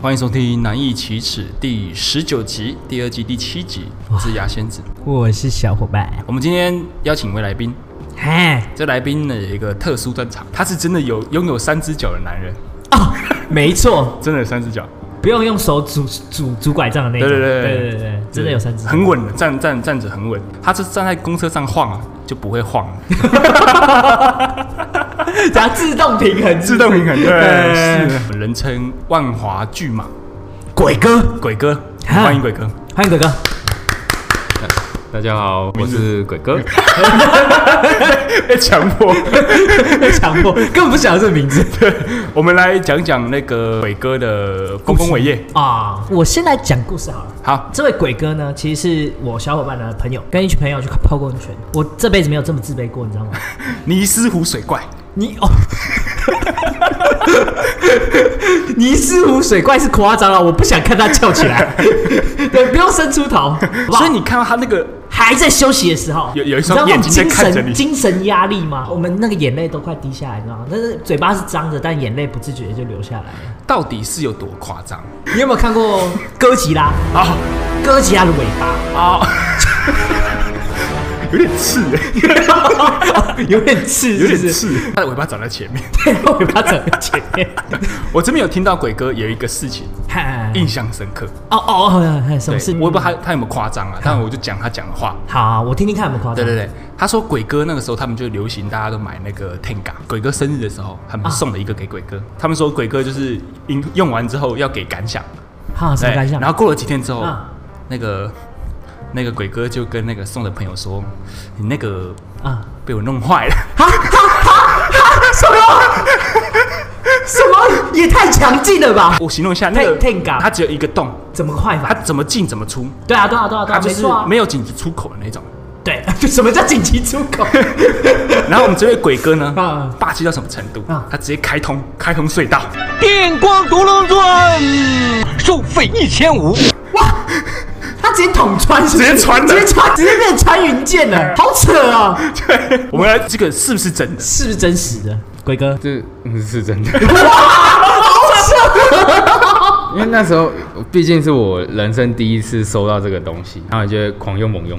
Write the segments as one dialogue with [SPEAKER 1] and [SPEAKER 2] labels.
[SPEAKER 1] 欢迎收听《难易启齿》第十九集，第二季第七集，我是牙仙子。
[SPEAKER 2] 我是小伙伴。
[SPEAKER 1] 我们今天邀请一位来宾，
[SPEAKER 2] 哎，
[SPEAKER 1] 这来宾呢有一个特殊专场，他是真的有拥有三只脚的男人，
[SPEAKER 2] 哦，没错，
[SPEAKER 1] 真的有三只脚，
[SPEAKER 2] 不用用手拄拄拄拐杖的那种。
[SPEAKER 1] 对对对
[SPEAKER 2] 对对对真的有三只。
[SPEAKER 1] 很稳的，站站站着很稳。他是站在公车上晃啊，就不会晃了，
[SPEAKER 2] 只要自动平 衡，
[SPEAKER 1] 自动平衡。对，
[SPEAKER 2] 哎
[SPEAKER 1] 是人称万华巨蟒
[SPEAKER 2] 鬼哥，
[SPEAKER 1] 鬼哥，
[SPEAKER 2] 哈
[SPEAKER 1] 欢迎鬼哥。
[SPEAKER 2] 欢迎 鬼哥。
[SPEAKER 3] 大家好，我是鬼哥。
[SPEAKER 1] 被强迫。
[SPEAKER 2] 被强迫，根本不想要这个名字
[SPEAKER 1] 我们来讲讲那个鬼哥的丰功伟业。
[SPEAKER 2] 啊！我先来讲故事好了。
[SPEAKER 1] 好，
[SPEAKER 2] 这位鬼哥呢，其实是我小伙伴的朋友，跟一群朋友去泡过温泉。我这辈子没有这么自卑过，你知道吗？
[SPEAKER 1] 尼斯湖水怪，
[SPEAKER 2] 你 哦，尼斯湖水怪是夸张了，我不想看他翘起 来。对，不用伸出头，好不好
[SPEAKER 1] 所以你看到他那个
[SPEAKER 2] 还在休息的时候，
[SPEAKER 1] 有有一
[SPEAKER 2] 你知
[SPEAKER 1] 双
[SPEAKER 2] 道那
[SPEAKER 1] 眼
[SPEAKER 2] 种
[SPEAKER 1] 睛在
[SPEAKER 2] 精
[SPEAKER 1] 看着
[SPEAKER 2] 神
[SPEAKER 1] 你，
[SPEAKER 2] 精神压力吗？我们那个眼泪都快滴下来，你知道吗？但是嘴巴是张着，但眼泪不自觉就流下来了。
[SPEAKER 1] 到底是有多夸张？
[SPEAKER 2] 你有没有看过哥吉拉？
[SPEAKER 1] 啊
[SPEAKER 2] 哥吉拉的尾巴
[SPEAKER 1] 啊，有点刺，欸
[SPEAKER 2] 有点刺，
[SPEAKER 1] 啊有点
[SPEAKER 2] 是不是，
[SPEAKER 1] 刺，他的尾巴长在前面。
[SPEAKER 2] 对，尾巴长在前面。
[SPEAKER 1] 我这边有听到鬼哥有一个事情
[SPEAKER 2] 嗨
[SPEAKER 1] 印象深刻，
[SPEAKER 2] 哦哦哦，嗨什
[SPEAKER 1] 对
[SPEAKER 2] 么事？
[SPEAKER 1] 我也不知道他他有没有夸张啊，但我就讲他讲的话。
[SPEAKER 2] 好，我听听看有没有夸张。
[SPEAKER 1] 对对对，他说鬼哥那个时候他们就流行，大家都买那个 Tenga。鬼哥生日的时候，他们
[SPEAKER 2] 啊
[SPEAKER 1] 送了一个给鬼哥。他们说鬼哥就是用用完之后要给感想，
[SPEAKER 2] 哈，什么
[SPEAKER 1] 对
[SPEAKER 2] 感想？
[SPEAKER 1] 哎然后过了几天之后，
[SPEAKER 2] 啊
[SPEAKER 1] 那个那个鬼哥就跟那个送的朋友说：“你那个
[SPEAKER 2] 啊，
[SPEAKER 1] 被我弄坏了。！
[SPEAKER 2] 什么？什么？也太强劲了吧
[SPEAKER 1] 我形容一下那个
[SPEAKER 2] Tenga
[SPEAKER 1] 它只有一个洞，
[SPEAKER 2] 怎么快
[SPEAKER 1] 它
[SPEAKER 2] 法？
[SPEAKER 1] 怎么进怎么出，
[SPEAKER 2] 对啊，对啊，对啊，对
[SPEAKER 1] 它
[SPEAKER 2] 啊，
[SPEAKER 1] 就
[SPEAKER 2] 没
[SPEAKER 1] 是
[SPEAKER 2] 错啊，
[SPEAKER 1] 没有紧急出口的那种。
[SPEAKER 2] 对，什么叫紧急出 口？
[SPEAKER 1] 然后我们这位鬼哥 呢
[SPEAKER 2] 啊，
[SPEAKER 1] 霸气到什么程度
[SPEAKER 2] 啊？
[SPEAKER 1] 他直接开通开通隧道。
[SPEAKER 4] 电光独龙钻，收费一千五。
[SPEAKER 2] 哇，他直接捅穿是不是，
[SPEAKER 1] 直接穿的
[SPEAKER 2] 直接穿，直接变成穿云箭了，好扯啊、
[SPEAKER 1] 对，我们来这个是不是真的？
[SPEAKER 2] 是不是真实的？鬼哥，
[SPEAKER 3] 这嗯是真 的，
[SPEAKER 2] 好扯！
[SPEAKER 3] 因为那时候毕竟是我人生第一次收到这个东西，然后就会狂用猛用，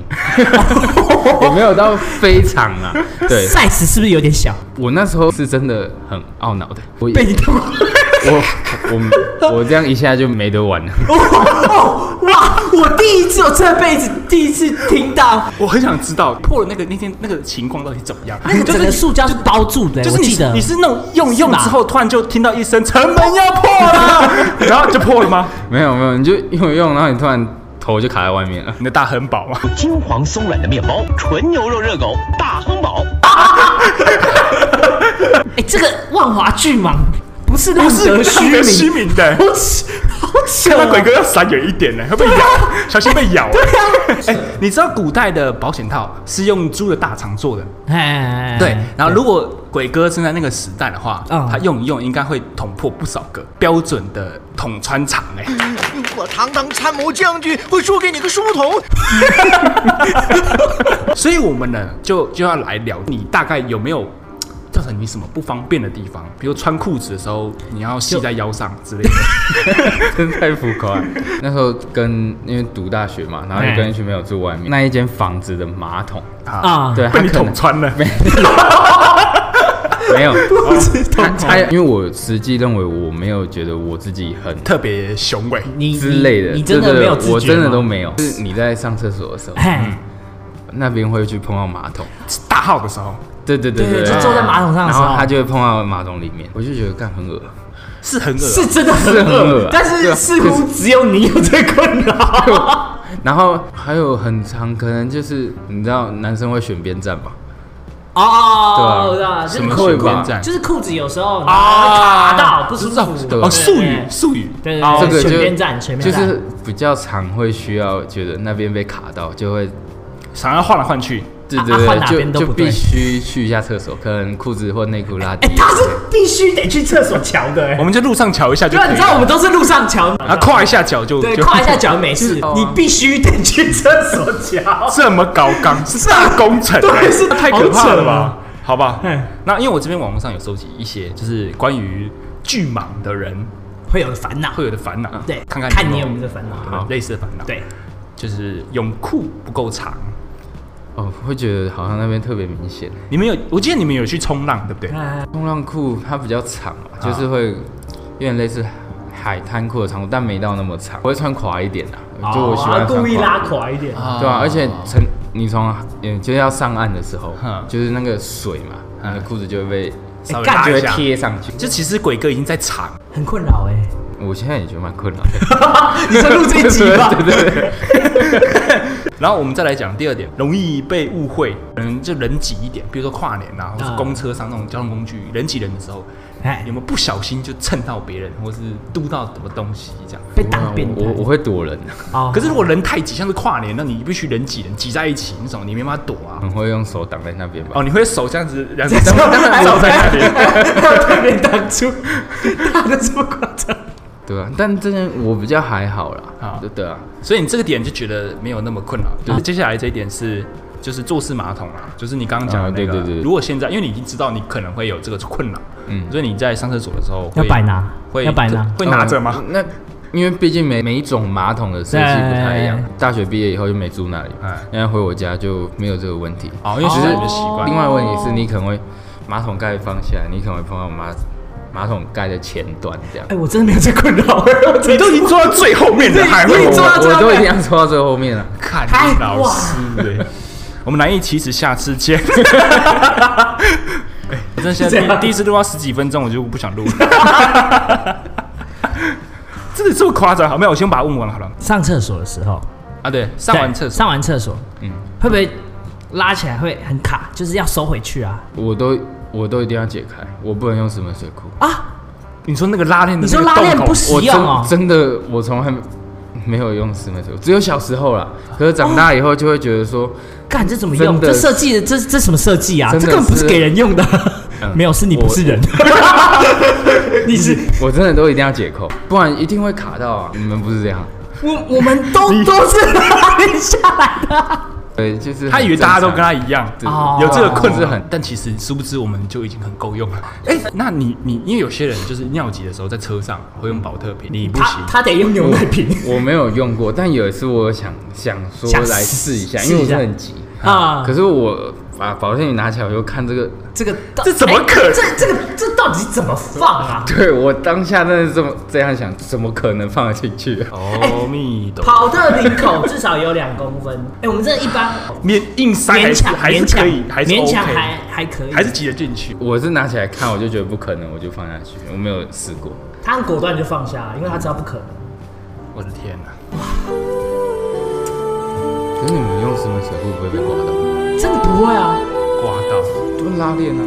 [SPEAKER 3] 也没有到非常啊。对
[SPEAKER 2] size 是不是有点小？
[SPEAKER 3] 我那时候是真的很懊恼的，我
[SPEAKER 2] 被你捅，
[SPEAKER 3] 我我我这样一下就没得玩了。
[SPEAKER 2] 哦哦哇！我第一次，我这辈子第一次听到，
[SPEAKER 1] 我很想知道破了那个那天那个情况到底怎么样。
[SPEAKER 2] 那个整个塑胶哎是包住的、
[SPEAKER 1] 就是
[SPEAKER 2] 我
[SPEAKER 1] 你
[SPEAKER 2] 记
[SPEAKER 1] 是
[SPEAKER 2] 得
[SPEAKER 1] 你是那种用一用
[SPEAKER 2] 是吧
[SPEAKER 1] 之后，突然就听到一声城门要破了， 然后就破了吗？
[SPEAKER 3] 没有没有，你就用一用，然后你突然头就卡在外面了。
[SPEAKER 1] 你的大亨堡吗？
[SPEAKER 4] 金黄松软的面包，纯牛肉热狗，大亨堡。
[SPEAKER 2] 哎、这个万华巨蟒不是浪
[SPEAKER 1] 不是
[SPEAKER 2] 得
[SPEAKER 1] 浪得虚
[SPEAKER 2] 虚名，
[SPEAKER 1] 名的，
[SPEAKER 2] 好扯，好扯、啊
[SPEAKER 1] 那鬼哥要闪远一点呢，会被咬，小心被咬。
[SPEAKER 2] 对啊，
[SPEAKER 1] 哎，你知道古代的保险套是用猪的大肠做的，
[SPEAKER 2] 哎，
[SPEAKER 1] 对。然后如果鬼哥生在那个时代的话，
[SPEAKER 2] 嗯
[SPEAKER 1] 他用一用应该会捅破不少个标准的捅穿肠哎。
[SPEAKER 4] 我堂堂参谋将军会输给你个书童。
[SPEAKER 1] 所以我们呢就就要来聊，你大概有没有造成你什么不方便的地方？比如穿裤子的时候你要系在腰上之类的。
[SPEAKER 3] 真太浮夸了。 那时候跟因为读大学嘛，然后就
[SPEAKER 2] 哎
[SPEAKER 3] 跟一群朋友住外面，那一间房子的马桶，
[SPEAKER 2] 啊，
[SPEAKER 3] 对，它
[SPEAKER 1] 被你
[SPEAKER 3] 可能
[SPEAKER 1] 捅穿了，
[SPEAKER 3] 没有，
[SPEAKER 2] 不知道
[SPEAKER 3] 他他因为我实际认为我没有觉得我自己很
[SPEAKER 1] 特别雄伟。
[SPEAKER 2] 你
[SPEAKER 3] 之类的，
[SPEAKER 2] 你你真
[SPEAKER 3] 对
[SPEAKER 2] 的没
[SPEAKER 3] 对对
[SPEAKER 2] 有自觉
[SPEAKER 3] 我真的
[SPEAKER 2] 吗
[SPEAKER 3] 都。没有。就是你在上厕所的时候，
[SPEAKER 2] 哎，
[SPEAKER 3] 那边会去碰到马桶，
[SPEAKER 1] 大号的时候
[SPEAKER 3] 对对对
[SPEAKER 2] 对
[SPEAKER 3] 对，
[SPEAKER 2] 就坐在马桶上的
[SPEAKER 3] 然
[SPEAKER 2] 时候
[SPEAKER 3] 后他就会碰到马桶里面，我就觉得干很恶
[SPEAKER 1] 是嗯很恶
[SPEAKER 2] 是真的很
[SPEAKER 3] 是很恶
[SPEAKER 2] 恶
[SPEAKER 3] 啊，
[SPEAKER 2] 但是
[SPEAKER 3] 对
[SPEAKER 2] 似乎只有你有这困扰。
[SPEAKER 3] 然后还有很长，可能就是你知道男生会选边站吧，啊
[SPEAKER 2] 哦，我知道了
[SPEAKER 1] 什
[SPEAKER 2] 就
[SPEAKER 1] 么
[SPEAKER 2] 是
[SPEAKER 3] 很
[SPEAKER 1] 水
[SPEAKER 3] 会吧
[SPEAKER 1] 边站
[SPEAKER 2] 就是裤子有时候
[SPEAKER 1] 啊
[SPEAKER 2] 啊卡到不舒
[SPEAKER 1] 知
[SPEAKER 2] 服，
[SPEAKER 1] 道
[SPEAKER 2] 对
[SPEAKER 1] 哦，术语术语，
[SPEAKER 2] 对对
[SPEAKER 1] 哦
[SPEAKER 2] 对
[SPEAKER 3] 这个就
[SPEAKER 2] 选边站选边
[SPEAKER 3] 就
[SPEAKER 2] 站
[SPEAKER 3] 是比较常会需要觉得那边被卡到，就会
[SPEAKER 1] 想要换来换去，
[SPEAKER 3] 对
[SPEAKER 2] 啊
[SPEAKER 3] 对
[SPEAKER 2] 啊换哪
[SPEAKER 3] 对，
[SPEAKER 2] 边都
[SPEAKER 3] 就就
[SPEAKER 2] 不对
[SPEAKER 3] 必须去一下厕所，可能裤子或内裤拉低
[SPEAKER 2] 哎，。他是必须得去厕所瞧的，
[SPEAKER 1] 我
[SPEAKER 2] 哎
[SPEAKER 1] 们就路上瞧一下就
[SPEAKER 2] 对啊，
[SPEAKER 1] 可
[SPEAKER 2] 你
[SPEAKER 1] 以
[SPEAKER 2] 知道我
[SPEAKER 1] 了。
[SPEAKER 2] 们都是路上瞧，
[SPEAKER 1] 然后啊跨一下脚就
[SPEAKER 2] 对，
[SPEAKER 1] 就
[SPEAKER 2] 跨一下脚没事
[SPEAKER 3] 是哦，
[SPEAKER 2] 你必须得去厕所瞧。
[SPEAKER 1] 这么高刚，是大工程，
[SPEAKER 2] 啊
[SPEAKER 1] 啊
[SPEAKER 2] 对是
[SPEAKER 1] 太可怕了
[SPEAKER 2] 好扯
[SPEAKER 1] 吧？好吧
[SPEAKER 2] 嗯，
[SPEAKER 1] 那因为我这边网络上有收集一些，就是关于巨蟒的人
[SPEAKER 2] 会有的烦恼，
[SPEAKER 1] 会有的烦恼。
[SPEAKER 2] 对，
[SPEAKER 1] 看看
[SPEAKER 2] 看你有
[SPEAKER 1] 有
[SPEAKER 2] 没有这烦恼。
[SPEAKER 1] 好类似的烦恼。
[SPEAKER 2] 对，
[SPEAKER 1] 就是泳裤不够长。
[SPEAKER 3] 哦，会觉得好像那边特别明显。
[SPEAKER 1] 你们有，我记得你们有去冲浪，对不对？
[SPEAKER 2] 那
[SPEAKER 3] 冲浪裤它比较长嘛，
[SPEAKER 2] 啊
[SPEAKER 3] 就是会有点类似海滩裤的长度，但没到那么长。我会穿垮一点啊，就我喜欢
[SPEAKER 2] 哦
[SPEAKER 3] 穿
[SPEAKER 2] 故意
[SPEAKER 3] 垮
[SPEAKER 2] 拉哦垮一点，
[SPEAKER 3] 对啊，而且从你从嗯就是要上岸的时候
[SPEAKER 1] 哼，
[SPEAKER 3] 就是那个水嘛，你的裤子就会被
[SPEAKER 1] 稍微
[SPEAKER 2] 干
[SPEAKER 1] 拉
[SPEAKER 3] 就
[SPEAKER 1] 一
[SPEAKER 3] 会
[SPEAKER 1] 下。
[SPEAKER 3] 贴上去。
[SPEAKER 1] 就其实鬼哥已经在藏，
[SPEAKER 2] 很困扰哎。
[SPEAKER 3] 我现在也觉得蛮困扰的，
[SPEAKER 2] 你在录这一集 吧？
[SPEAKER 3] 对对对，
[SPEAKER 1] 然后我们再来讲第二点，容易被误会，可能就人挤一点，比如说跨年啊，或是
[SPEAKER 2] 嗯
[SPEAKER 1] 公车上那种交通工具人挤人的时候，
[SPEAKER 2] 哎
[SPEAKER 1] 有，没有不小心就蹭到别人，或是嘟到什么东西这样？
[SPEAKER 2] 被当变态
[SPEAKER 3] 我我会躲人，
[SPEAKER 2] 哦
[SPEAKER 1] 可是如果人太挤，像是跨年，那你必须人挤人挤在一起，那种你没办法躲啊。
[SPEAKER 3] 很会用手挡在那边吧
[SPEAKER 1] 哦，。你会手这样子，然后当然照在那里。
[SPEAKER 2] 特别当初打的这么夸张，
[SPEAKER 3] 对啊，但真的我比较还好啦
[SPEAKER 1] 啊，
[SPEAKER 3] 对对啊，
[SPEAKER 1] 所以你这个点就觉得没有那么困扰。就是接下来这一点是，就是坐式马桶啊，就是你刚刚讲的
[SPEAKER 3] 啊
[SPEAKER 1] 那个。
[SPEAKER 3] 对对对
[SPEAKER 1] 如果现在，因为你已经知道你可能会有这个困扰，
[SPEAKER 3] 嗯
[SPEAKER 1] 所以你在上厕所的时候会
[SPEAKER 2] 要摆拿
[SPEAKER 1] 会
[SPEAKER 2] 要摆拿
[SPEAKER 1] 会拿着吗
[SPEAKER 3] 嗯？那因为毕竟每每一种马桶的设计不太一样
[SPEAKER 2] 对。
[SPEAKER 3] 大学毕业以后就没住那里
[SPEAKER 1] 哎，
[SPEAKER 3] 现在回我家就没有这个问题。
[SPEAKER 1] 哦，因为只是你的习
[SPEAKER 3] 另
[SPEAKER 1] 惯。
[SPEAKER 3] 外问题是你可能会马桶盖放下来，你可能会碰到马马桶盖的前端这样。
[SPEAKER 2] 哎，我真的没有这困扰，欸
[SPEAKER 1] 你都已经坐到最后面了，还
[SPEAKER 2] 你
[SPEAKER 1] 会
[SPEAKER 2] 已经坐到
[SPEAKER 3] 我
[SPEAKER 2] 最
[SPEAKER 3] 我
[SPEAKER 2] 后面
[SPEAKER 3] 都已经要拖到最后面啊了。
[SPEAKER 1] 看
[SPEAKER 2] 哎
[SPEAKER 1] 老
[SPEAKER 2] 哇
[SPEAKER 1] 师对。我们难以启齿，下次见。哎我真的现
[SPEAKER 2] 这
[SPEAKER 1] 在
[SPEAKER 2] 样
[SPEAKER 1] 第第一次录到十几分钟，我就不想录了。真的这么夸张？好，没有，我先把它问完好了。
[SPEAKER 2] 上厕所的时候，
[SPEAKER 1] 啊，对，上完厕
[SPEAKER 2] 对
[SPEAKER 1] 所
[SPEAKER 2] 上完厕所，
[SPEAKER 3] 嗯
[SPEAKER 2] 嗯，会不会拉起来会很卡，就是要收回去啊？
[SPEAKER 3] 我都我都一定要解开，我不能用什么水裤。
[SPEAKER 2] 啊，
[SPEAKER 1] 你说那个拉链的
[SPEAKER 2] 你
[SPEAKER 1] 那
[SPEAKER 2] 说
[SPEAKER 1] 个洞
[SPEAKER 2] 拉
[SPEAKER 1] 口，
[SPEAKER 2] 链不
[SPEAKER 3] 我
[SPEAKER 2] 实
[SPEAKER 3] 真
[SPEAKER 2] 用
[SPEAKER 1] 啊
[SPEAKER 2] 哦？
[SPEAKER 3] 真的我从来没有用什么水裤，只有小时候啦。可是长大以后就会觉得说，
[SPEAKER 2] 干这怎么用？
[SPEAKER 3] 真的
[SPEAKER 2] 这设计的这这什么设计啊？
[SPEAKER 3] 真
[SPEAKER 2] 这
[SPEAKER 3] 的
[SPEAKER 2] 根本不是
[SPEAKER 3] 是
[SPEAKER 2] 给人用的
[SPEAKER 3] 嗯，
[SPEAKER 2] 没有，是你不是人， 你是
[SPEAKER 3] 我真的都一定要解扣，不然一定会卡到啊。你们不是这样？
[SPEAKER 2] 我我们都都是拉链下来的啊。
[SPEAKER 3] 对，就是很
[SPEAKER 1] 他以为大家都
[SPEAKER 3] 正
[SPEAKER 1] 跟他
[SPEAKER 3] 常
[SPEAKER 1] 一样，
[SPEAKER 3] 对
[SPEAKER 2] 哦
[SPEAKER 1] 有这个困
[SPEAKER 3] 是
[SPEAKER 1] 扰
[SPEAKER 3] 很，
[SPEAKER 1] 但其实殊不知我们就已经很够 用了。哎、那你你因为有些人就是尿急的时候在车上会用保特瓶，你不行
[SPEAKER 2] 他。他得用牛奶瓶
[SPEAKER 3] 我没有用过，但有一次我想想说
[SPEAKER 2] 想
[SPEAKER 3] 来试一下，
[SPEAKER 2] 试
[SPEAKER 3] 因为我
[SPEAKER 2] 一
[SPEAKER 3] 是
[SPEAKER 2] 下
[SPEAKER 3] 很急。
[SPEAKER 2] 啊
[SPEAKER 3] 可。是我把保鲜瓶拿起来，我就看这个，
[SPEAKER 2] 这个到
[SPEAKER 1] 这怎么可能
[SPEAKER 2] 哎这这个这到底怎么放啊？
[SPEAKER 3] 对我当下真的是这么这样想，怎么可能放得进去、啊？
[SPEAKER 1] 哦，密的，
[SPEAKER 2] 跑特瓶口至少有两公分，哎，我们这一般
[SPEAKER 1] 勉硬塞还
[SPEAKER 2] 勉
[SPEAKER 1] 是
[SPEAKER 2] 强
[SPEAKER 1] 还
[SPEAKER 2] 勉
[SPEAKER 1] 是
[SPEAKER 2] 强
[SPEAKER 1] 可以，还是
[SPEAKER 2] 勉强
[SPEAKER 1] OK
[SPEAKER 2] 还还可以，
[SPEAKER 1] 还是挤得进去。
[SPEAKER 3] 我是拿起来看，我就觉得不可能，我就放下去，我没有试过。
[SPEAKER 2] 他很果断就放下，因为他知道不可能。
[SPEAKER 1] 我的天哪！
[SPEAKER 3] 可是你们用什么水会不会被刮到？
[SPEAKER 2] 真的不会啊，
[SPEAKER 1] 刮到！
[SPEAKER 3] 用拉链啊？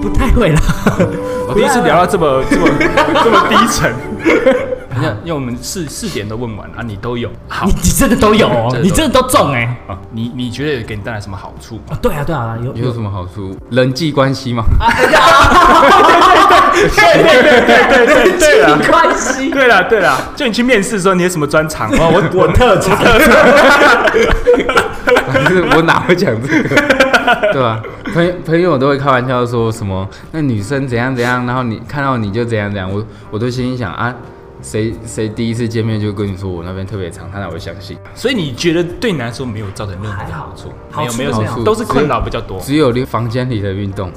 [SPEAKER 2] 不太会啦。
[SPEAKER 1] 我第一次聊到这么 这么这么低 沉。你看，因为我们四四点都问完啊，你都有好
[SPEAKER 2] 你你真的都有哦
[SPEAKER 1] 真的都，有
[SPEAKER 2] 你真的都中哎。
[SPEAKER 1] 啊？你你觉得有给你带来什么好处吗？
[SPEAKER 2] 对啊对啊，有
[SPEAKER 3] 有什么好处？人际关系 吗？
[SPEAKER 1] 对
[SPEAKER 2] 对对对对
[SPEAKER 1] 对啊
[SPEAKER 2] 人际关系。
[SPEAKER 1] 对了对了，就你去面试的时候，你有什么专 长？哦，我我
[SPEAKER 2] 特长
[SPEAKER 3] 就是我哪会讲这个？对吧、朋友朋友都会开玩笑说什么那女生怎样怎样，然后你看到你就怎样怎样，我我都心里想啊，谁谁第一次见面就跟你说我那边特别长，他哪会相信？
[SPEAKER 1] 所以你觉得对你来说没有造成任何的好处，没
[SPEAKER 2] 还好
[SPEAKER 1] 有没有
[SPEAKER 2] 好处
[SPEAKER 1] 什
[SPEAKER 2] 没
[SPEAKER 1] 么，
[SPEAKER 3] 有
[SPEAKER 1] 都是困扰比较多。
[SPEAKER 3] 只有房间里的运动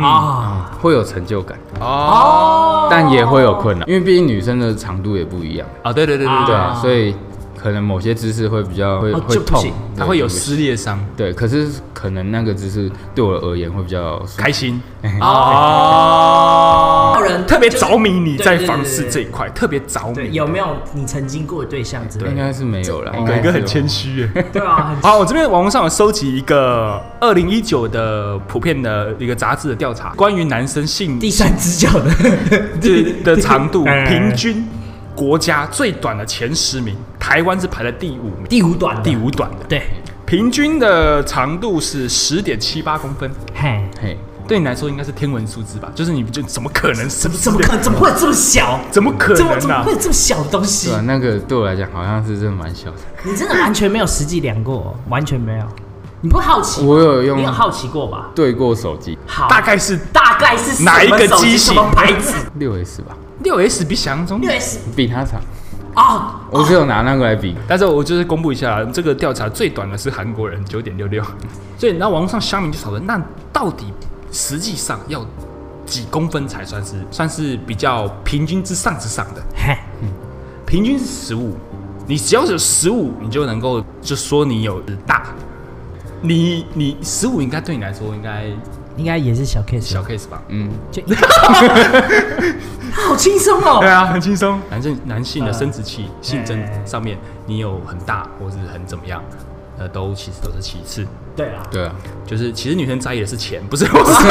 [SPEAKER 2] 啊
[SPEAKER 3] 会有成就感，
[SPEAKER 1] 哦
[SPEAKER 2] 哦，
[SPEAKER 3] 但也会有困扰，因为毕竟女生的长度也不一样，
[SPEAKER 1] 啊，对对对对
[SPEAKER 2] 啊
[SPEAKER 1] 对，
[SPEAKER 3] 对啊，所以可能某些姿势会比较会
[SPEAKER 2] 哦
[SPEAKER 3] 会
[SPEAKER 2] 就不
[SPEAKER 3] 痛
[SPEAKER 2] 行，
[SPEAKER 3] 对
[SPEAKER 1] 它会有
[SPEAKER 3] 就不行
[SPEAKER 1] 撕裂伤，
[SPEAKER 3] 对，可是可能那个姿势对我而言会比较舒服
[SPEAKER 1] 开心
[SPEAKER 2] 哎
[SPEAKER 1] 哦
[SPEAKER 2] 有人
[SPEAKER 1] 特别着迷你在
[SPEAKER 2] 对对对
[SPEAKER 1] 房事这一块，特别着
[SPEAKER 2] 对，
[SPEAKER 1] 迷。
[SPEAKER 2] 有没有你曾经过的对象之类
[SPEAKER 3] 应
[SPEAKER 2] 的？
[SPEAKER 3] 该是没有了，
[SPEAKER 1] 鬼
[SPEAKER 3] 应
[SPEAKER 1] 哥很
[SPEAKER 3] 该是有
[SPEAKER 1] 谦虚耶。
[SPEAKER 2] 对啊，很
[SPEAKER 1] 好，我这边网络上有收集一个二零一九的普遍的一个杂志的调查，关于男生性
[SPEAKER 2] 第三只脚 的
[SPEAKER 1] 的的长 度
[SPEAKER 2] 哎
[SPEAKER 1] 平均国家最短的前十名，台湾是排在第五名，
[SPEAKER 2] 第五短的
[SPEAKER 1] 第五短的。
[SPEAKER 2] 对，
[SPEAKER 1] 平均的长度是十点七八公分，
[SPEAKER 2] 嘿，
[SPEAKER 3] 嘿。
[SPEAKER 1] 对你来说应该是天文数字吧？就是你就怎么可能是
[SPEAKER 2] 怎么怎么可能？怎么会有这么小？
[SPEAKER 1] 怎么可
[SPEAKER 2] 怎么
[SPEAKER 1] 能啊
[SPEAKER 2] 怎
[SPEAKER 1] 呢、
[SPEAKER 2] 么会有这么小的东西
[SPEAKER 3] 对啊，？那个对我来讲好像是真的蛮小的。
[SPEAKER 2] 哦你真的完全没有实际量过，完全没有。你不会好奇？
[SPEAKER 3] 我有用
[SPEAKER 2] 你有好奇过吧？
[SPEAKER 3] 对过手机
[SPEAKER 2] 好，
[SPEAKER 1] 大概是
[SPEAKER 2] 大概是什么
[SPEAKER 1] 哪一个
[SPEAKER 2] 手机
[SPEAKER 1] 机
[SPEAKER 2] 什
[SPEAKER 1] 型
[SPEAKER 2] 么牌子？
[SPEAKER 3] 六 S 吧，
[SPEAKER 1] 六 S 比想象中
[SPEAKER 2] 六 S
[SPEAKER 3] 比它长。
[SPEAKER 2] 啊，
[SPEAKER 3] 我只有拿那个来比，
[SPEAKER 1] 但是我就是公布一下，这个调查最短的是韩国人九点六六，所以那网络上乡民就讨论，那到底实际上要几公分才算是算是比较平均之上之上的？
[SPEAKER 2] 嘿
[SPEAKER 1] 平均是十五，你只要是有十五，你就能够就说你有大。你你十五应该对你来说应该
[SPEAKER 2] 应该也是小 case，
[SPEAKER 1] 小 case 吧？
[SPEAKER 3] 嗯，
[SPEAKER 2] 就 好轻松 哦。
[SPEAKER 1] 对啊，很轻松。男性男性的生殖器性征
[SPEAKER 2] 哎
[SPEAKER 1] 上面，你有很大或是很怎么样，呃，都其实都是其次。
[SPEAKER 2] 对啊，
[SPEAKER 3] 对啊，
[SPEAKER 1] 就是其实女生在意的是钱，不是我是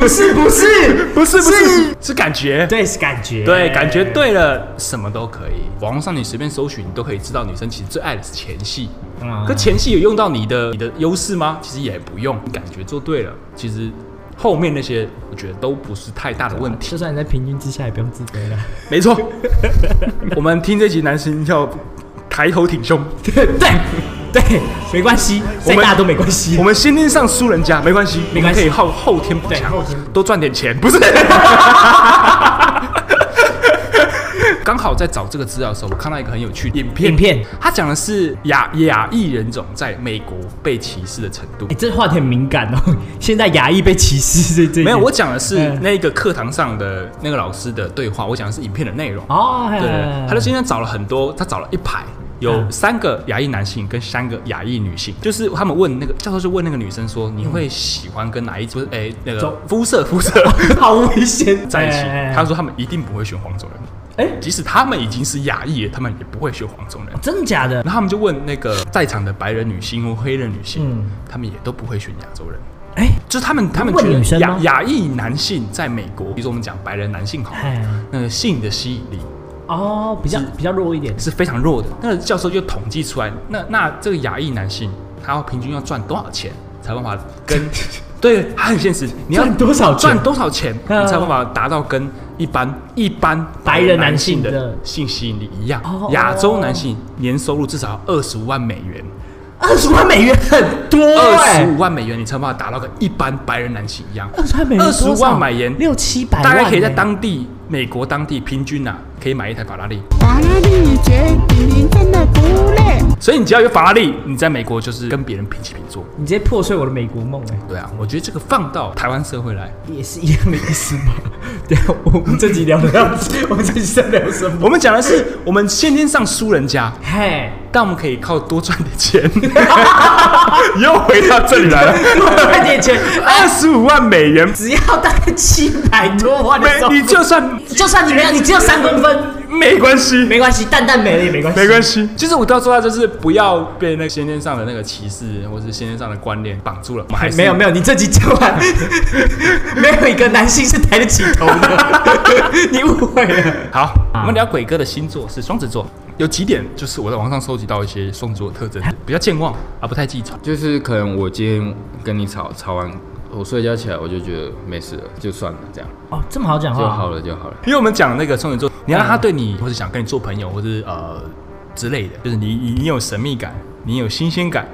[SPEAKER 2] 不是不是
[SPEAKER 1] 不是不是是感觉。
[SPEAKER 2] 对是感觉，
[SPEAKER 1] 对，感觉对了，什么都可以。网络上你随便搜寻，你都可以知道女生其实最爱的是前戏。
[SPEAKER 2] 嗯
[SPEAKER 1] 可前戏有用到你的你的优势吗？其实也不用，你感觉做对了，其实后面那些我觉得都不是太大的问题。
[SPEAKER 2] 就算你在平均之下，也不用自卑了。
[SPEAKER 1] 没 错，我们听这集男生要抬头挺胸，
[SPEAKER 2] 对对，没关系，再大都没关系
[SPEAKER 1] 我。们先天上输人家没关系，
[SPEAKER 2] 没关系
[SPEAKER 1] 我们可以后后天补
[SPEAKER 2] 对
[SPEAKER 1] 强
[SPEAKER 2] 后天补，
[SPEAKER 1] 多赚点钱， 不是？刚好在找这个资料的时候，我看到一个很有趣的影片，
[SPEAKER 2] 影片
[SPEAKER 1] 它讲的是亚亚裔人种在美国被歧视的程度
[SPEAKER 2] 哎、。这话题很敏感哦。 现在牙医被歧视，这这
[SPEAKER 1] 没有，我讲的是
[SPEAKER 2] 嗯
[SPEAKER 1] 那个课堂上的那个老师的对话，我讲的是影片的内容。
[SPEAKER 2] 哦，
[SPEAKER 1] 对
[SPEAKER 2] 嘿
[SPEAKER 1] 对，对他就今
[SPEAKER 2] 嘿
[SPEAKER 1] 天找了很多，他找了一排，有
[SPEAKER 2] 嗯
[SPEAKER 1] 三个亚裔男性跟三个亚裔女性，就是他们问那个教授就问那个女生说，你会喜欢跟哪一不是哎、那个
[SPEAKER 2] 中
[SPEAKER 1] 肤色肤 色
[SPEAKER 2] 嘿好危险，
[SPEAKER 1] 在一起
[SPEAKER 2] 哎哎哎？
[SPEAKER 1] 他说他们一定不会选黄种人，
[SPEAKER 2] 哎、
[SPEAKER 1] 即使他们已经是亚裔了，他们也不会选黄种人。
[SPEAKER 2] 真的假的？
[SPEAKER 1] 然后他们就问那个在场的白人女性或黑人女性，
[SPEAKER 2] 嗯
[SPEAKER 1] 他们也都不会选亚洲人。
[SPEAKER 2] 哎、
[SPEAKER 1] 就是他们，他们
[SPEAKER 2] 问
[SPEAKER 1] 觉得
[SPEAKER 2] 女生
[SPEAKER 1] 亚
[SPEAKER 2] 吗
[SPEAKER 1] 亚裔男性在美国，比如说我们讲白人男性好了
[SPEAKER 2] 哎，
[SPEAKER 1] 那个性的吸引力
[SPEAKER 2] 哦，比较比较弱一点，
[SPEAKER 1] 是非常弱的。那个教授就统计出来，那那这个亚裔男性，他要平均要赚多少钱才有办法跟？ 对，他很现实，你要
[SPEAKER 2] 赚多少钱
[SPEAKER 1] 赚多少钱，你
[SPEAKER 2] 嗯
[SPEAKER 1] 才有办法达到跟一般一般
[SPEAKER 2] 白人男性的
[SPEAKER 1] 的性吸引力一样
[SPEAKER 2] 哦。
[SPEAKER 1] 亚洲男性年收入至少二十五万美元，
[SPEAKER 2] 二十万美元很多
[SPEAKER 1] 二
[SPEAKER 2] 哎、
[SPEAKER 1] 十五万美元，你才有办法达到跟一般白人男性一样。
[SPEAKER 2] 二十万美元，
[SPEAKER 1] 二十万美元，
[SPEAKER 2] 六七百万、
[SPEAKER 1] 大概可以在
[SPEAKER 2] 哎
[SPEAKER 1] 当地美国当地平均啊，可以买一台法拉利。
[SPEAKER 5] 法拉利觉得比人真的不累。
[SPEAKER 1] 所以你只要有法拉利，你在美国就是跟别人平起平坐。
[SPEAKER 2] 你直接破碎我的美国梦哎、
[SPEAKER 1] 对啊，我觉得这个放到台湾社会来，
[SPEAKER 2] 也是一样的意思吧？ 对啊，我们这集聊的样子，我们这集在聊什么？
[SPEAKER 1] 我们讲的是我们先天上输人家，
[SPEAKER 2] 嘿，
[SPEAKER 1] 但我们可以靠多赚点钱。 又回到这里来了，
[SPEAKER 2] 快点钱，
[SPEAKER 1] 二十五万美元，
[SPEAKER 2] 只要大概七百多万的时候，
[SPEAKER 1] 没你就算
[SPEAKER 2] 就算你没有，你只有三公分，
[SPEAKER 1] 没关系，
[SPEAKER 2] 没关系，蛋蛋没了也没关系，
[SPEAKER 1] 没关系。其实我到最后就是不要被那个先天上的那个歧视或是先天上的观念绑住了。我们还
[SPEAKER 2] 哎没有没
[SPEAKER 1] 有，
[SPEAKER 2] 有，你这集讲完， 没有一个男性是抬得起头的，你误会了。
[SPEAKER 1] 好，我们聊鬼哥的星座是双子座，有几点就是我在网上收集到一些双子座的特征，比较健忘啊，不太记仇。
[SPEAKER 3] 就是可能我今天跟你吵吵完，我睡觉起来我就觉得没事了，就算了，这样
[SPEAKER 2] 哦，这么好讲
[SPEAKER 1] 啊
[SPEAKER 3] 就
[SPEAKER 2] 话，
[SPEAKER 3] 好了就好了。
[SPEAKER 1] 因为我们讲那个双子座，你要让他对你，或者想跟你做朋友，或者呃之类的，就是你你你有神秘感，你有新鲜感，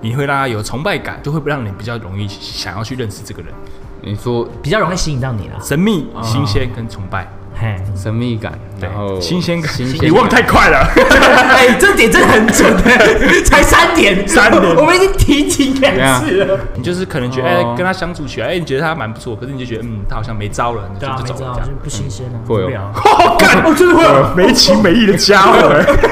[SPEAKER 1] 你会让他有崇拜感，就会让你比较容易想要去认识这个人。哦
[SPEAKER 3] 你说
[SPEAKER 2] 比较容易吸引到你了。
[SPEAKER 1] 神秘、新鲜跟崇拜，
[SPEAKER 2] 嘿，
[SPEAKER 3] 神秘感，
[SPEAKER 1] 对
[SPEAKER 3] 然后
[SPEAKER 1] 新鲜感哦
[SPEAKER 3] 新，鲜
[SPEAKER 1] 你忘太快了。
[SPEAKER 2] 哎，这点真的很准，才三点，
[SPEAKER 1] 三点
[SPEAKER 2] 我们已经提醒两次了。
[SPEAKER 1] 你就是可能觉得，哎、
[SPEAKER 3] 哦
[SPEAKER 1] 跟他相处起来，哎、你觉得他蛮不错，可是你就觉得，嗯，他好像 没招了，你就
[SPEAKER 2] 对啊，
[SPEAKER 1] 就
[SPEAKER 2] 没
[SPEAKER 1] 走了
[SPEAKER 2] 招，
[SPEAKER 1] 这
[SPEAKER 2] 就是
[SPEAKER 1] 样。
[SPEAKER 2] 不新鲜啊。
[SPEAKER 3] 会
[SPEAKER 2] 不
[SPEAKER 3] 哦
[SPEAKER 2] 了。
[SPEAKER 1] 我干，我真的会 有没情没义的家 伙。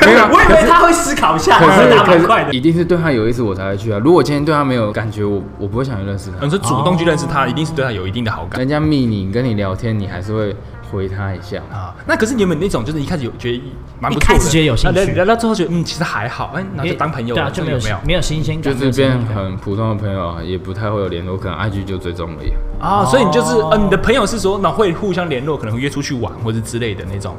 [SPEAKER 3] 没
[SPEAKER 1] 啊
[SPEAKER 3] 有，
[SPEAKER 2] 我以为他会思考一下，
[SPEAKER 3] 可
[SPEAKER 2] 他
[SPEAKER 3] 是
[SPEAKER 2] 打
[SPEAKER 3] 可
[SPEAKER 2] 蛮快的
[SPEAKER 3] 是。一定是对他有意思我才会去啊。如果今天对他没有感觉，我我不会想去认识他
[SPEAKER 1] 你。说主动去认识他，一定是对他有一定的好感
[SPEAKER 3] 人家密你跟你聊天，你还是会回他一下。
[SPEAKER 1] 啊。那可是你有没有那种，就是一开始有觉得蛮不
[SPEAKER 2] 一
[SPEAKER 1] 错的，
[SPEAKER 2] 开始觉得有兴趣
[SPEAKER 1] 那聊聊到最后觉得，嗯，其实还好，哎、然后就当朋友
[SPEAKER 2] 对
[SPEAKER 1] 了，
[SPEAKER 2] 啊，就没有
[SPEAKER 1] 这样有没
[SPEAKER 2] 没有新鲜
[SPEAKER 3] 就
[SPEAKER 2] 感，
[SPEAKER 3] 是变
[SPEAKER 2] 没有新鲜感
[SPEAKER 3] 很普通的朋友，也不太会有联络，可能 IG 就追踪而已。
[SPEAKER 1] 有啊？
[SPEAKER 2] 哦
[SPEAKER 1] 所以你就是，呃，你的朋友是说，那会互相联络，可能会约出去玩或者之类的那种。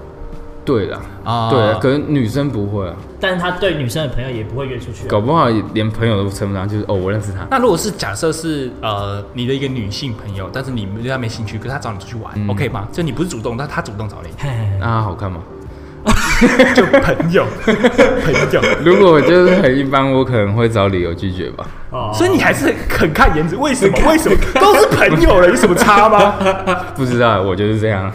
[SPEAKER 3] 对啦，
[SPEAKER 1] 啊
[SPEAKER 3] 对啊，可能女生不会啊，
[SPEAKER 2] 但是他对女生的朋友也不会约出去啊、
[SPEAKER 3] 搞不好连朋友都称不上，就是哦，我认识他。
[SPEAKER 1] 那如果是假设是呃你的一个女性朋友，但是你对她没兴趣，可是她找你出去玩、o k 吗？就你不是主动，但她主动找你，
[SPEAKER 2] 嘿嘿嘿
[SPEAKER 3] 啊那他好看吗？
[SPEAKER 1] 就朋友， 朋友。
[SPEAKER 3] 如果我就是很一般，我可能会找理由拒绝吧。
[SPEAKER 2] 哦
[SPEAKER 1] 所以你还是很看颜值，为什么？为什么都是朋友了，有什么差吗？
[SPEAKER 3] 不知道，我就是这样。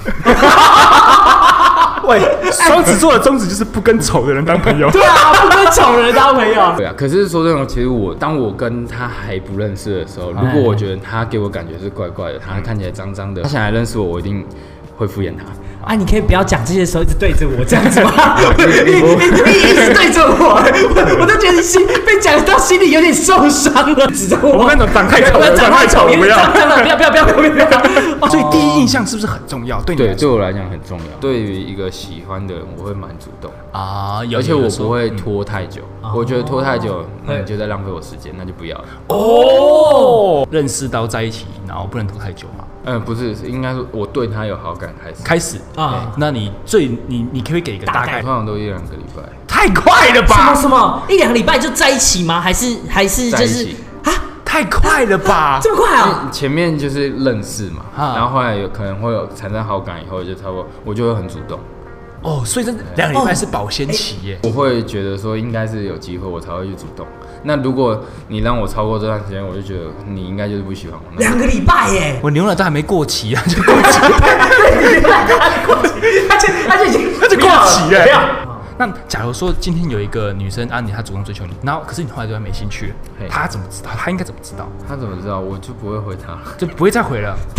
[SPEAKER 1] 喂，双子座的宗旨就是不跟丑的人当朋友。
[SPEAKER 2] 对 啊，不跟丑人当朋 友。
[SPEAKER 3] 对啊，可是说真的，其实我当我跟他还不认识的时候，如果我觉得他给我感觉是怪怪的，他看起来脏脏的，他想来认识我，我一定会敷衍他。
[SPEAKER 2] 啊，你可以不要讲这些时候一直对着我这样子吗？ 你
[SPEAKER 3] 你不
[SPEAKER 2] 你你一直对着我， 我我都觉得你心被讲到心里有点受伤了，指着我。
[SPEAKER 1] 我那种长太丑了
[SPEAKER 2] 我长太
[SPEAKER 1] 长
[SPEAKER 2] 丑，
[SPEAKER 1] 太丑不要
[SPEAKER 2] 长了，不要不要不要不要不要。
[SPEAKER 1] 哦，所以第一印象是不是很重要？对你
[SPEAKER 3] 对，
[SPEAKER 1] 来
[SPEAKER 3] 对
[SPEAKER 1] 说
[SPEAKER 3] 我来讲很重要。嗯对于一个喜欢的人，我会蛮主动，
[SPEAKER 1] 啊，有
[SPEAKER 3] 而且我不
[SPEAKER 1] 说
[SPEAKER 3] 会拖太久。我觉得拖太久，那你就在浪费我时间，那就不要了。
[SPEAKER 1] 哦，认识到在一起，然后不能拖太久嘛。
[SPEAKER 3] 嗯，不是，是应该说我对他有好感开始。
[SPEAKER 1] 开始
[SPEAKER 2] 啊
[SPEAKER 1] 啊，那你最你你可不可以给一个大概
[SPEAKER 3] 通？常都一两个礼拜，
[SPEAKER 1] 太快了
[SPEAKER 2] 什么
[SPEAKER 1] 吧，
[SPEAKER 2] 什么？一两个礼拜就在一起吗？还是还是
[SPEAKER 3] 在
[SPEAKER 2] 就
[SPEAKER 3] 一
[SPEAKER 2] 是
[SPEAKER 3] 起
[SPEAKER 2] 啊？
[SPEAKER 1] 太快了 吧。
[SPEAKER 2] 这么快啊？
[SPEAKER 3] 前面就是认识嘛，
[SPEAKER 1] 啊
[SPEAKER 3] 然后后来有可能会有产生好感，以后就差不多，我就会很主动，
[SPEAKER 1] 哦，所以这两个礼拜是保鲜期耶。
[SPEAKER 3] 我会觉得说应该是有机会，我才会去主动。那如果你让我超过这段时间，我就觉得你应该就是不喜欢我。那
[SPEAKER 2] 两个礼拜 耶！
[SPEAKER 1] 我牛奶都还没过期啊，就过期，
[SPEAKER 2] 他就他就已经
[SPEAKER 1] 那就过期耶。
[SPEAKER 2] 不要
[SPEAKER 1] 那假如说今天有一个女生啊，你她主动追求你，然后可是你后来对她没兴趣
[SPEAKER 3] 嘿，
[SPEAKER 1] 她怎么知道？她应该怎么知道？
[SPEAKER 3] 他怎么知道？我就不会回他，
[SPEAKER 1] 就不会再回了。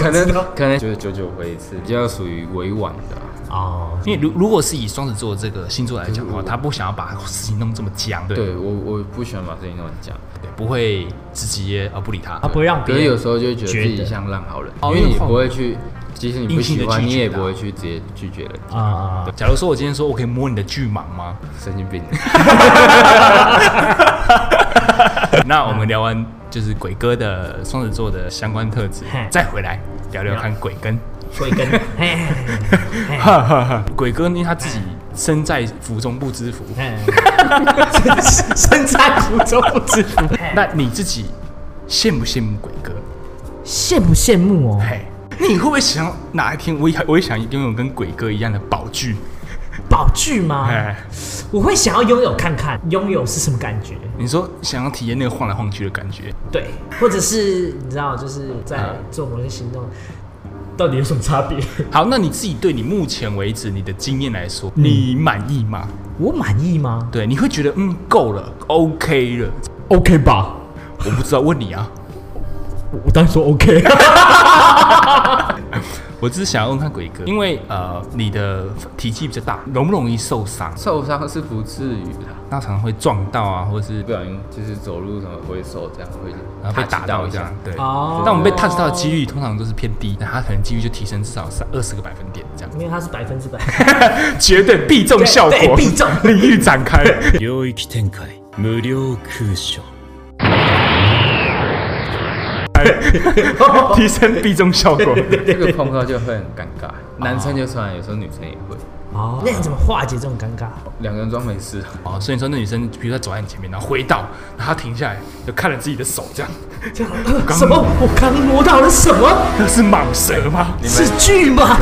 [SPEAKER 3] 可能可能就是久久回一次，比较属于委婉的啊、
[SPEAKER 2] 哦，
[SPEAKER 1] 因为如如果是以双子座这个星座来讲的话，他不想要把事情弄这么僵，对，
[SPEAKER 3] 对我我不喜欢把事情弄讲，
[SPEAKER 1] 对不会直接呃不理他
[SPEAKER 2] 他。啊不会让别
[SPEAKER 3] 可是
[SPEAKER 2] 人
[SPEAKER 3] 有时候就会觉得自
[SPEAKER 2] 觉
[SPEAKER 3] 己
[SPEAKER 2] 得
[SPEAKER 3] 像烂好人，
[SPEAKER 1] 哦
[SPEAKER 3] 因为你
[SPEAKER 1] 因为
[SPEAKER 3] 不会去，即使你不
[SPEAKER 1] 硬性地
[SPEAKER 3] 喜欢，
[SPEAKER 1] 拒
[SPEAKER 3] 你
[SPEAKER 1] 绝啊
[SPEAKER 3] 也
[SPEAKER 1] 他
[SPEAKER 3] 不会去直接拒绝人，
[SPEAKER 2] 啊啊啊
[SPEAKER 1] 对假如说我今天说我可以摸你的巨蟒 吗？
[SPEAKER 3] 神经病。
[SPEAKER 1] 那我们聊完就是鬼哥的双子座的相关特质
[SPEAKER 2] 嘿，
[SPEAKER 1] 再回来聊聊看鬼根。
[SPEAKER 2] 会跟嘿嘿嘿嘿嘿
[SPEAKER 1] 哈哈哈 鬼哥因为他自己身在福中不知福，
[SPEAKER 2] 嘿身在福中不知福。
[SPEAKER 1] 那你自己羡不羡慕鬼哥？
[SPEAKER 2] 羡不羡慕哦？
[SPEAKER 1] 嘿，你会不会想要哪一天我也我也想拥有跟鬼哥一样的宝具？
[SPEAKER 2] 宝具吗？
[SPEAKER 1] 哎，
[SPEAKER 2] 我会想要拥有看看，拥有是什么感觉？
[SPEAKER 1] 你说想要体验那个晃来晃去的感觉？
[SPEAKER 2] 对，或者是你知道，就是在做某些行动，到底有什么差别？
[SPEAKER 1] 好，那你自己对你目前为止你的经验来说，
[SPEAKER 2] 嗯
[SPEAKER 1] 你满意吗？
[SPEAKER 2] 我满意吗
[SPEAKER 1] 对，你会觉得嗯够了，OK 了，
[SPEAKER 2] ？OK 吧，
[SPEAKER 1] 我不知道问你啊，
[SPEAKER 2] 我我当然说 OK。
[SPEAKER 1] 我只是想要问看鬼哥，因为呃你的体积比较大，容不容易受伤？
[SPEAKER 3] 受伤是不至于的，啊
[SPEAKER 1] 那常常会撞到啊，或者是
[SPEAKER 3] 不小心就是走路什么会受这样，会
[SPEAKER 1] 然后被打到这样，对。
[SPEAKER 2] 哦
[SPEAKER 1] 但我们被 touch 到的几率通常都是偏低，那他可能几率就提升至少是二十个百分点这样，
[SPEAKER 2] 因为它是百分之百。
[SPEAKER 1] 绝对必中效
[SPEAKER 2] 对对
[SPEAKER 1] 果，
[SPEAKER 2] 必中
[SPEAKER 1] 领域展开。
[SPEAKER 6] 領域展開無料空所
[SPEAKER 1] 提升必中效果。
[SPEAKER 3] 这个碰到就会很尴 尬。男生就算了，有时候女生也会，
[SPEAKER 2] 哦，那你怎么化解这种尴尬？
[SPEAKER 3] 两个人装没事啊。
[SPEAKER 1] 哦，所以说那女生，比如她走在你前面，然后挥到，然后她停下来，就看了自己的手，这样，
[SPEAKER 2] 这样呃什么？我刚摸到了什么？
[SPEAKER 1] 那是蟒蛇吗？
[SPEAKER 2] 是剧吗？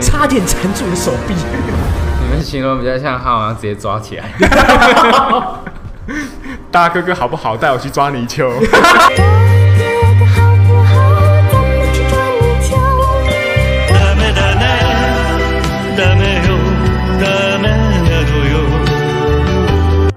[SPEAKER 2] 差点缠住我的手臂。
[SPEAKER 3] 你们形容比较像他好像直接抓起来，
[SPEAKER 1] 大哥哥好不好？带我去抓泥鳅。
[SPEAKER 6] ダメだねダメよダメなのよ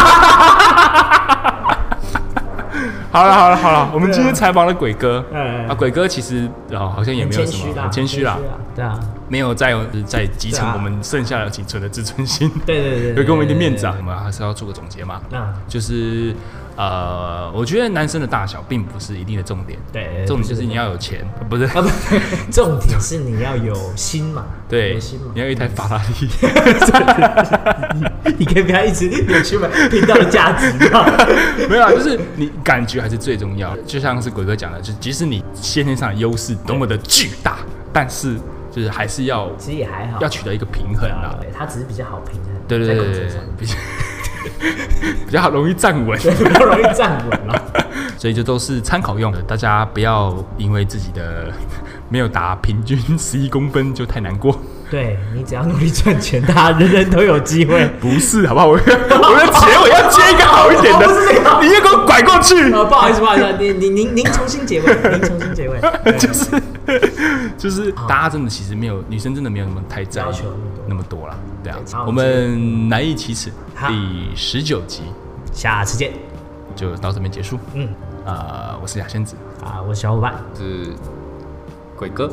[SPEAKER 1] 好了好了好了，我们今天采访了鬼哥
[SPEAKER 2] 哎，
[SPEAKER 1] 啊，鬼哥其实哦好像也没有
[SPEAKER 2] 谦
[SPEAKER 1] 什
[SPEAKER 2] 虚
[SPEAKER 1] 么
[SPEAKER 2] 啦，
[SPEAKER 1] 很谦虚啦，。
[SPEAKER 2] 对啊，
[SPEAKER 1] 没有再再集
[SPEAKER 2] 对
[SPEAKER 1] 成
[SPEAKER 2] 啊
[SPEAKER 1] 我们剩下的仅存的自尊心。
[SPEAKER 2] 对对对对
[SPEAKER 1] 有给我们一点面子啊。我们还是要做个总结嘛。
[SPEAKER 2] 嗯
[SPEAKER 1] 就是呃，我觉得男生的大小并不是一定的重点，
[SPEAKER 2] 对
[SPEAKER 1] 重点就是你要有钱，呃不是？
[SPEAKER 2] 啊不， 重点是你要有心嘛，
[SPEAKER 1] 对
[SPEAKER 2] 有心，嘛
[SPEAKER 1] 你。要有一台法拉利。
[SPEAKER 2] 你可以不要一直扭曲我们频道的价值嘛。
[SPEAKER 1] 没有啊，就是你感觉还是最重要的。就像是鬼哥讲的，就即使你先天上的优势多么的巨大，但是就是还是要
[SPEAKER 2] 其实也还好，
[SPEAKER 1] 要取得一个平衡啊。
[SPEAKER 2] 对，它只是比较好平衡，
[SPEAKER 1] 对对
[SPEAKER 2] 在
[SPEAKER 1] 对
[SPEAKER 2] 工
[SPEAKER 1] 对
[SPEAKER 2] 作
[SPEAKER 1] 对
[SPEAKER 2] 上，
[SPEAKER 1] 比较比较 容易站稳。
[SPEAKER 2] 比较容易站稳了。
[SPEAKER 1] 所以就都是参考用的，大家不要因为自己的没有打平均十一公分就太难过。
[SPEAKER 2] 对你只要努力赚钱，大家人人都有 机会。
[SPEAKER 1] 不是，好不好？我我的结尾要接一个好一点的，
[SPEAKER 2] 哦不是这个
[SPEAKER 1] 你又给我拐过去，
[SPEAKER 2] 呃，不好意思，不好意思，您您您您重新结尾，您重新结 尾。
[SPEAKER 1] 就是就是大家真的其实没有女生真的没有什么太在意
[SPEAKER 2] 要求
[SPEAKER 1] 啊那么多啦，对啊
[SPEAKER 2] 对好，
[SPEAKER 1] 我们难以启齿
[SPEAKER 2] 好，
[SPEAKER 1] 第十九集
[SPEAKER 2] 下次见。
[SPEAKER 1] 就到这边结束。
[SPEAKER 2] 嗯，
[SPEAKER 1] 啊，我是雅仙子，
[SPEAKER 2] 啊，我是小伙伴，
[SPEAKER 3] 是鬼哥，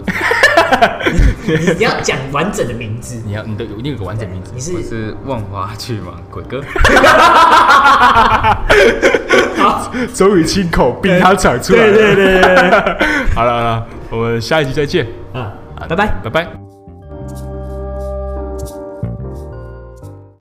[SPEAKER 2] 你要讲完整的名字。
[SPEAKER 1] 你要你的你有个完整名字
[SPEAKER 2] 你，
[SPEAKER 3] 我
[SPEAKER 2] 是
[SPEAKER 3] 是万花巨蟒鬼哥，
[SPEAKER 1] 终于亲口逼他讲出来，对对对对，好了好了，我们下一集再见，
[SPEAKER 2] 啊
[SPEAKER 1] 啊，
[SPEAKER 2] 拜拜。
[SPEAKER 1] 拜拜。